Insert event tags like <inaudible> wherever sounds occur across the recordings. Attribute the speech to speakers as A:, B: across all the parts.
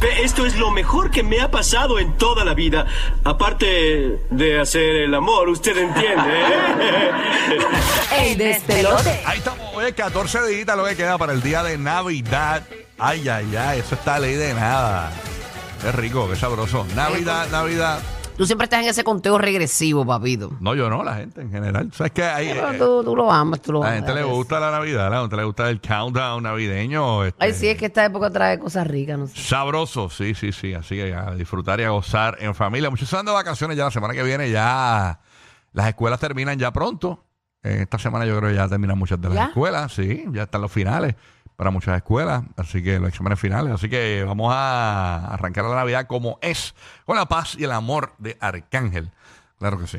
A: Ve, Esto es lo mejor que me ha pasado en toda la vida. Aparte de hacer el amor, usted entiende. ¿eh?
B: El despelote.
C: Ahí estamos, oye, 14 días lo que queda para el día de Navidad. Ay, ay, ay, eso está ley de nada. Qué rico, qué sabroso. Navidad, Navidad.
B: Tú siempre estás en ese conteo regresivo, papito.
C: No, yo no, la gente en general. ¿Sabes qué? Hay,
B: Pero
C: eh,
B: tú, tú lo amas, tú lo
C: la
B: amas.
C: gente le
B: ¿verdad?
C: gusta la Navidad, la gente le gusta el countdown navideño. este,
B: Ay, sí, es que esta época trae cosas ricas, no sé.
C: Sabroso, sí, sí, sí. Así que a disfrutar y a gozar en familia. Muchos están de vacaciones ya la semana que viene. Ya las escuelas terminan ya pronto. Eh, Esta semana yo creo que ya terminan muchas de las
B: ¿Ya?
C: escuelas. Sí, ya están los finales para muchas escuelas. Así que los exámenes finales. Así que vamos a arrancar la Navidad como es, con la paz y el amor de Arcángel. Claro
B: <laughs>
C: que sí.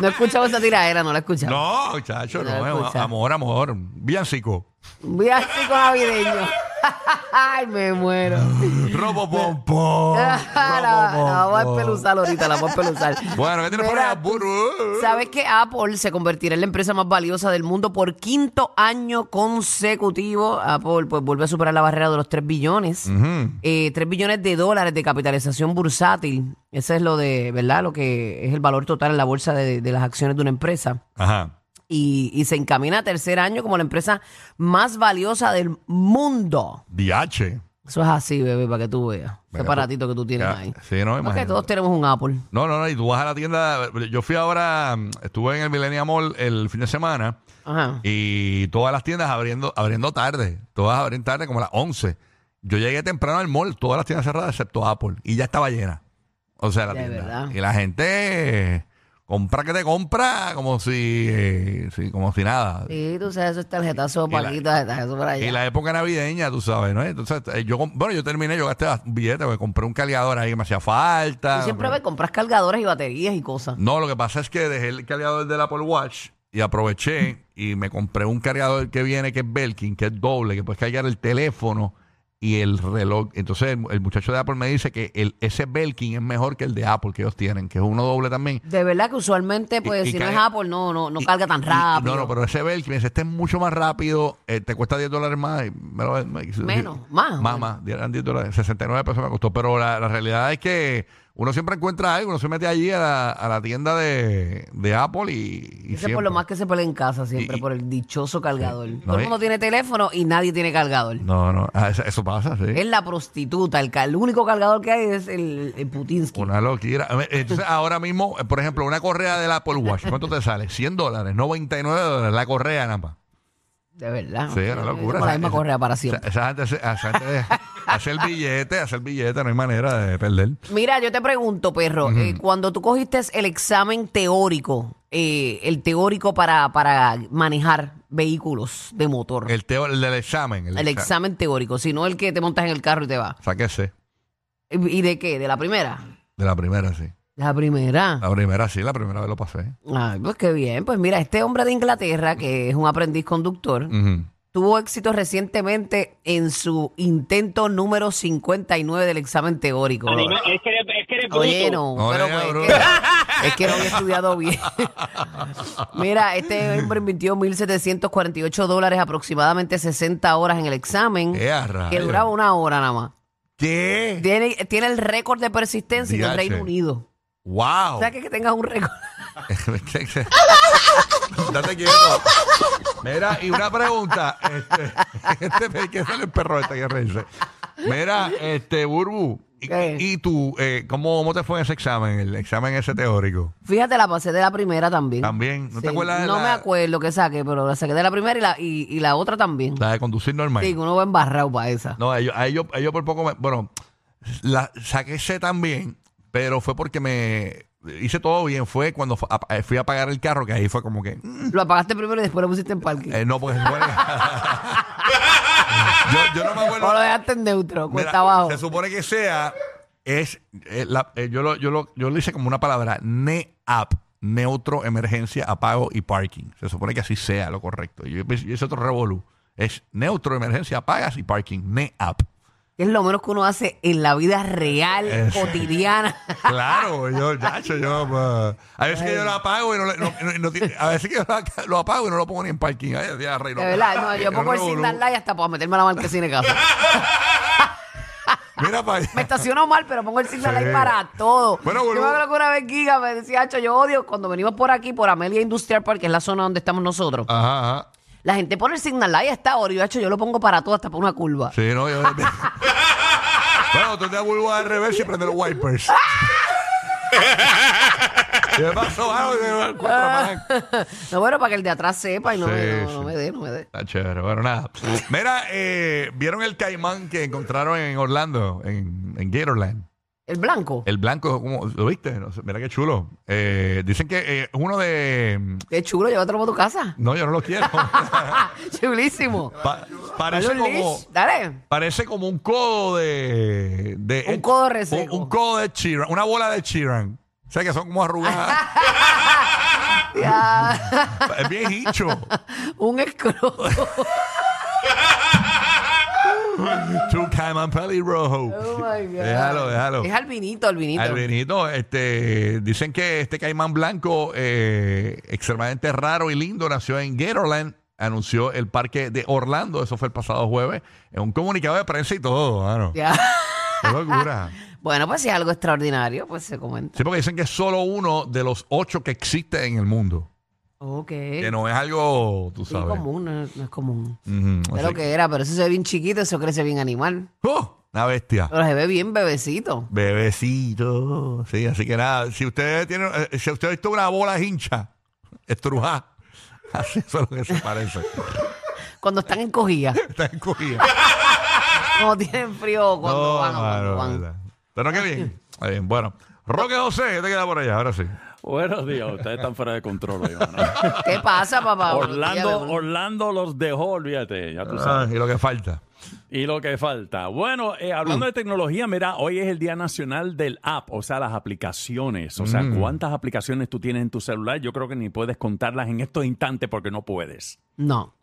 B: No he escuchado esa tiradera, no la he escuchado.
C: no, muchacho,
B: No,
C: no. es
B: escucha.
C: amor, amor. Villancico.
B: Voy así con navideño. <laughs> Ay, me muero.
C: Robo
B: <laughs>
C: pompón.
B: la, la Ah, voy a espeluzar ahorita, la voy a espeluzar.
C: <laughs> Bueno, ¿qué tiene por
B: Mira,
C: allá, Buru?
B: ¿Sabes que Apple se convertirá en la empresa más valiosa del mundo por quinto año consecutivo? Apple pues vuelve a superar la barrera de los 3 billones. Eh, 3 billones de dólares de capitalización bursátil. Ese es lo de, ¿verdad? Lo que es el valor total en la bolsa de, de las acciones de una empresa.
C: Ajá.
B: Y, y se encamina a tercer año como la empresa más valiosa del mundo.
C: DH.
B: Eso es así, bebé, para que tú veas. Ese
C: Venga,
B: aparatito que tú tienes
C: pues, Ya,
B: ahí.
C: Sí, no,
B: Porque
C: imagínate.
B: todos tenemos un Apple.
C: No, no, no, y tú vas a la tienda. Yo fui ahora, mm, estuve en el Millennium Mall el fin de semana
B: Ajá.
C: y todas las tiendas abriendo abriendo tarde. Todas abren tarde como a las 11. Yo llegué temprano al mall, todas las tiendas cerradas excepto Apple y ya estaba llena. O sea, la
B: De
C: tienda.
B: verdad.
C: Y la gente eh, compra que te compra como si, eh, si- como si nada.
B: Sí, tú sabes, eso es tarjetazo
C: Y la-
B: para aquí, tarjetazo para allá.
C: Y la época navideña, tú sabes, ¿no? Entonces, eh, yo, com- bueno, yo terminé, yo gasté un billete, porque compré un cargador ahí que me hacía falta.
B: Tú siempre
C: compré-
B: ves, compras cargadores y baterías y cosas.
C: No, lo que pasa es que dejé el cargador del Apple Watch y aproveché y me compré un cargador que viene que es Belkin, que es doble, que puedes cargar el teléfono y el reloj. Entonces el, el muchacho de Apple me dice que el, ese Belkin es mejor que el de Apple que ellos tienen, que es uno doble también.
B: De verdad que usualmente, pues,
C: y
B: si no
C: carga-
B: es Apple, no, no, no
C: Y-
B: carga tan
C: y- y-
B: rápido.
C: no, pues, no, pero ese Belkin me dice, este es mucho más rápido, eh, te cuesta 10 dólares más. y me lo- me-
B: Menos,
C: sí,
B: más,
C: Más,
B: bueno.
C: más, eran 10 dólares, 69 pesos me costó. Pero la, la realidad es que uno siempre encuentra algo, uno se mete allí a la, a la tienda de, de Apple y... y
B: Ese es por
C: siempre.
B: lo más que se pelea en casa siempre,
C: Y- y-
B: por el dichoso cargador.
C: Sí, no,
B: Todo el
C: y-
B: mundo tiene teléfono y nadie tiene cargador.
C: No, no, ah, eso, eso pasa, sí.
B: Es la prostituta, el, ca- el único cargador que hay es el, el Putinsky.
C: Una loquera. A ver, Entonces, ahora mismo, eh, por ejemplo, una correa del
B: <laughs>
C: Apple Watch, ¿cuánto te sale? 100 dólares, 99 dólares la correa nada más.
B: De verdad.
C: Sí, era
B: Es como
C: locura.
B: la
C: Esa-
B: misma
C: esa-
B: correa para
C: esa-
B: siempre.
C: Esa gente, se- esa gente de- hacer billete, hacer billete, no hay manera de perder.
B: Mira, yo te pregunto, perro, eh, cuando tú cogiste el examen teórico, eh, el teórico para, para manejar vehículos de motor, el,
C: El, teo, el del examen. El,
B: examen teórico, sino el que te montas en el carro y te vas.
C: Sáquese.
B: ¿Y y de qué? ¿De la primera?
C: De la primera, sí.
B: La primera.
C: La primera, sí, la primera vez lo pasé.
B: Ay, pues qué bien. Pues mira, este hombre de Inglaterra, que es un aprendiz conductor,
C: Ujú.
B: tuvo éxito recientemente en su intento número 59 del examen teórico.
D: <laughs> Es que eres, es que eres
B: Oye,
D: bruto.
B: no,
C: No,
B: pero
C: no,
B: pues,
C: no,
B: es, que, es que no había estudiado bien.
C: <laughs>
B: Mira, este hombre invirtió 1.748 dólares, aproximadamente 60 horas en el examen,
C: Eh, a rayos.
B: que duraba una hora nada más.
C: ¿Qué?
B: Tiene, tiene el récord de persistencia en el
C: Diache.
B: Reino Unido.
C: ¡Wow! <laughs>
B: O sea, que, que tengas un récord.
C: Este, Date quieto. Mira, y una pregunta. Este, este ¿qué sale el perro este que reírse? Mira, este, Burbu, y,
B: ¿Qué?
C: y tú, eh, ¿cómo, cómo te fue en ese examen, el examen ese teórico?
B: Fíjate, la pasé de la primera también.
C: También, ¿no
B: Sí,
C: te acuerdas de
B: No
C: la-
B: me acuerdo que saqué, pero la saqué de la primera y la, y, y la otra también.
C: La de conducir normal.
B: Sí, que uno va embarrado para esa.
C: No, a ellos, a ellos, a ellos por poco me. Bueno, la saqué C también, pero fue porque me. Hice todo bien. Fue cuando fu- a- eh, fui a pagar el carro, que ahí fue como que. mm,
B: Lo apagaste primero y después lo pusiste en parking.
C: eh, <laughs> no, porque se supone que- yo, yo no me
B: o lo
C: acuerdo.
B: dejaste en neutro,
C: Mira,
B: cuesta abajo.
C: Se supone que sea es, eh, la- eh, yo, lo, yo, lo, yo lo hice como una palabra, NEAP, neutro, emergencia, apago y parking. Se supone que así sea lo correcto. Y yo yo hice otro revolú. Es neutro, emergencia, apagas y parking, NEAP.
B: Es lo menos que uno hace en la vida real,
C: Eso.
B: cotidiana.
C: Claro, yo, yacho, yo. pa. A veces que yo lo apago y no, le- no- no- no tiene- A veces que yo lo, lo apago y no lo pongo ni en parking. Ay, ya, rey, no.
B: De verdad, no, yo
C: Un
B: pongo el
C: revolú.
B: Signal Light hasta para meterme a la marquesina de
C: <laughs>
B: casa.
C: Mira para allá.
B: Me estaciono mal, pero pongo el Signal
C: Sí.
B: Light para todo.
C: Bueno,
B: yo me
C: volvemos.
B: acuerdo que una vez Giga me decía, "Acho, yo odio cuando venimos por aquí, por Amelia Industrial Park, que es la zona donde estamos nosotros.
C: Ajá, ajá.
B: La gente pone el Signal Light hasta ahora y yo, "Acho, yo lo pongo para todo, hasta para una curva.
C: Sí, no, yo. <laughs> bueno, tú te vuelvo al revés y prende los
B: <laughs>
C: wipers. ¿Qué pasó? Ah, de- cuatro más.
B: No, bueno, para que el de atrás sepa y no,
C: Sí,
B: me, no, no
C: sí.
B: me dé, no me dé.
C: Está chévere, bueno, nada. Mira, eh, ¿vieron el caimán que encontraron en Orlando, en, en Gatorland?
B: El blanco.
C: El blanco, ¿cómo? ¿lo viste? No sé, mira qué chulo. Eh, dicen que eh, es uno de. mm,
B: Qué chulo, llévatelo a tu casa. <laughs>
C: No, yo no lo quiero.
B: Chulísimo.
C: Pa- parece,
B: Dale un
C: como, <laughs>
B: leash, Dale.
C: parece como un codo de. de-
B: Un codo reseco.
C: Un, un codo de Chiran. Una bola de Chiran. O sea que son
B: <laughs>
C: como arrugadas.
B: Ya.
C: es bien hincho.
B: un escroto.
C: <laughs> Tu Cayman pelirrojo.
B: Oh my God.
C: Déjalo, déjalo.
B: Es albinito, albinito.
C: Albinito, este, dicen que este caimán blanco, eh, extremadamente raro y lindo, nació en Gatorland, anunció el parque de Orlando, eso fue el pasado jueves, en un comunicado de prensa y todo, mano.
B: Ya.
C: Qué locura.
B: Bueno, pues si es algo extraordinario, pues se comenta.
C: Sí, porque dicen que es solo uno de los ocho que existe en el mundo.
B: Ok.
C: Que no es algo, tú
B: Sí, es
C: sabes.
B: común, no, no es común.
C: Ujú,
B: Es
C: así
B: lo que era, pero eso se ve bien chiquito, eso crece bien animal.
C: ¡Oh! Una bestia.
B: Pero se ve bien bebecito.
C: Bebecito. Sí, así que nada, si usted tiene, eh, si usted ha visto una bola hincha, estrujada, <laughs> así eso es lo que se parece.
B: Cuando están encogidas,
C: <laughs> Está
D: <laughs>
C: encogida.
B: cuando tienen frío, o cuando van, o cuando
C: mano,
B: van.
C: Oh, verdad. Pero
D: Ah,
C: qué bien. Está bien, bueno. Roque José, ¿qué te queda por allá? Ahora sí.
D: Buenos días, ustedes están fuera de control hoy, mano.
B: ¿Qué pasa, papá?
D: Orlando, Orlando los dejó, olvídate, ya tú
C: Ah,
D: sabes.
C: y lo que falta.
D: Y lo que falta. Bueno, eh, hablando
C: Mm.
D: de tecnología, mira, hoy es el Día Nacional del App, o sea, las aplicaciones. O sea,
C: Mm.
D: ¿cuántas aplicaciones tú tienes en tu celular? Yo creo que ni puedes contarlas en estos instantes porque no puedes.
B: No.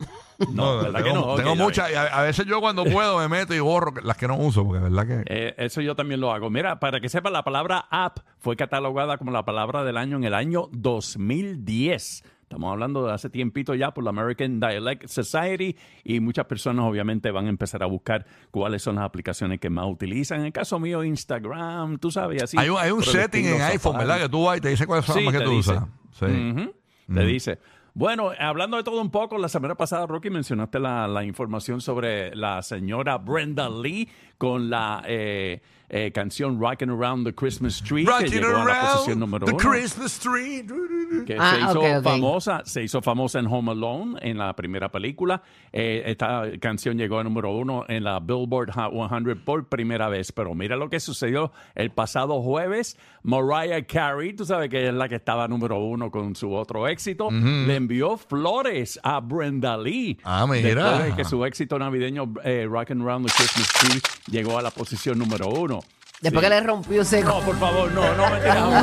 D: No,
C: tengo,
D: ¿verdad que no? Ok,
C: tengo
D: ya
C: muchas. y A, a veces yo cuando puedo me meto y borro las que no uso, porque es verdad que.
D: Eh, eso yo también lo hago. Mira, para que sepa, la palabra app fue catalogada como la palabra del año en el año 2010. Estamos hablando de hace tiempito ya por la American Dialect Society y muchas personas obviamente van a empezar a buscar cuáles son las aplicaciones que más utilizan. En el caso mío, Instagram, tú sabes, y así.
C: hay un, hay un
D: por el
C: setting
D: estilo,
C: en iPhone,
D: Safari.
C: ¿verdad? Que tú vas y te dice cuáles son
D: Sí,
C: las más que
D: te
C: tú
D: dice.
C: usas. Sí.
D: Ujú. Te dice. Bueno, hablando de todo un poco, la semana pasada, Rocky, mencionaste la, la información sobre la señora Brenda Lee con la eh, eh, canción Rockin' Around the Christmas Tree, que
C: Rocking
D: llegó a la posición número
C: around the
D: uno,
C: Christmas tree.
D: que
B: Ah,
D: se hizo
B: ok, ok.
D: famosa, se hizo famosa en Home Alone, en la primera película. Eh, esta canción llegó a número uno en la Billboard Hot 100 por primera vez, pero mira lo que sucedió el pasado jueves. Mariah Carey, tú sabes que es la que estaba número uno con su otro éxito, le envió flores a Brenda Lee.
C: Ah, mira.
D: Después de que su éxito navideño eh, Rockin' Round the Christmas Tree llegó a la posición número uno.
B: Después
D: Sí.
B: que le rompió seco.
D: No, por favor, no, no me tiras a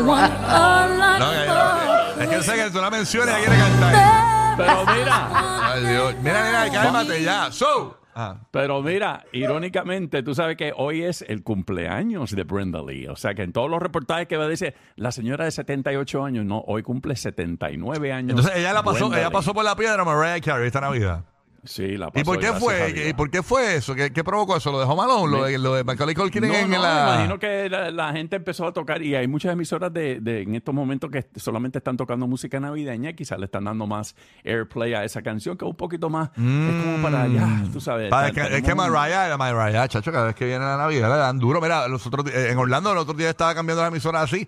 C: No, que- no, que- es que sé que tú la mencionas y quiere cantar.
D: Pero mira.
C: Ay, Dios. Mira, mira, cálmate ya. So. Ah.
D: Pero mira, irónicamente, tú sabes que hoy es el cumpleaños de Brenda Lee. O sea que en todos los reportajes que va dice la señora de 78 años, no, hoy cumple 79 años.
C: Entonces ella la pasó,
D: Brenda
C: ella
D: Lee.
C: pasó por la piedra Mariah Carey esta Navidad.
D: Sí, la pasó.
C: ¿Y por qué
D: gracias a Dios.
C: fue? ¿Y por qué fue eso? ¿Qué, qué provocó eso? ¿Lo dejó malón? ¿Lo de, lo de Macaulay Culkin
D: No,
C: en
D: no,
C: la...?
D: me imagino que la, la gente empezó a tocar y hay muchas emisoras de, de- en estos momentos que solamente están tocando música navideña y quizás le están dando más airplay a esa canción que es un poquito más es como para allá, tú sabes.
C: Mm. Para
D: tan-
C: que- es
D: tenemos
C: que
D: un-
C: Mariah, la Mariah, chacho, cada vez que viene la Navidad le dan duro. Mira, los otros, di- eh, en Orlando el otro día estaba cambiando las emisoras así.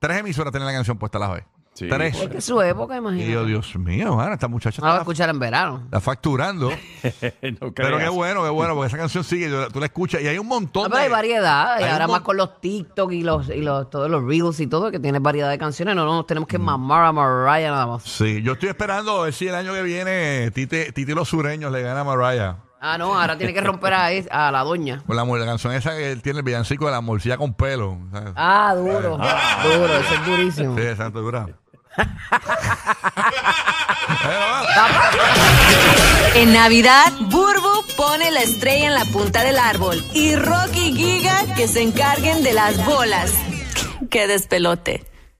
C: Tres emisoras tenían la canción puesta a la vez.
D: Sí,
C: Tres.
D: por-
B: Es su época,
C: Y yo,
B: imagínate.
C: Dios mío, mano, esta muchacha
B: No lo va a
C: está,
B: escuchar en verano.
C: está
D: <laughs>
C: facturando.
D: <laughs> no
C: Pero qué
D: creas.
C: bueno, qué bueno, porque esa canción sigue, yo- tú la escuchas y hay un montón
B: No, Ah, pero hay
C: de...
B: variedad. Y
C: hay un
B: ahora más
C: mon-
B: con los TikTok y los, y los todos los reels y todo, que tiene variedad de canciones. No, no, nos tenemos
C: Mm.
B: que mamar a Mariah nada más.
C: Sí, yo estoy esperando a ver si el año que viene Tite, Titi los Sureños le gana a Mariah.
B: Ah, no, ahora tiene que romper a, es- a la doña.
C: Con Pues la, mu- la canción esa que él tiene, el villancico de la morcilla con pelo. ¿sabes?
B: Ah, duro. Duro, eso es durísimo.
C: Sí, exacto, dura.
E: En Navidad, Burbu pone la estrella en la punta del árbol y Rocky y Giga que se encarguen de las bolas. ¡Qué despelote!